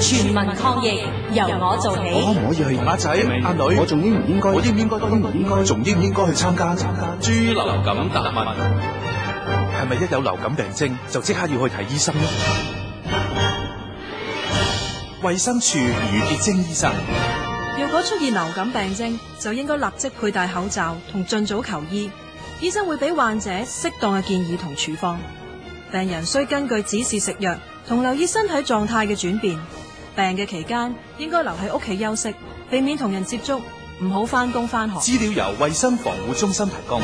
全民抗疫，由我做我可起。唔可以去同阿仔、阿女？我仲應唔應該？我應唔應該？應唔應該？仲應唔應該去參加？豬流感答問，係咪一有流感病徵就即刻要去睇醫生呢？衛生署余潔晶醫生，若果出現流感病徵，就應該立即佩戴口罩同盡早求醫。醫生會俾患者適當嘅建議同處方。病人需根據指示食藥，同留意身體狀態嘅轉變。病嘅期間應該留喺屋企休息，避免同人接觸，唔好返工返學。資料由衛生防護中心提供。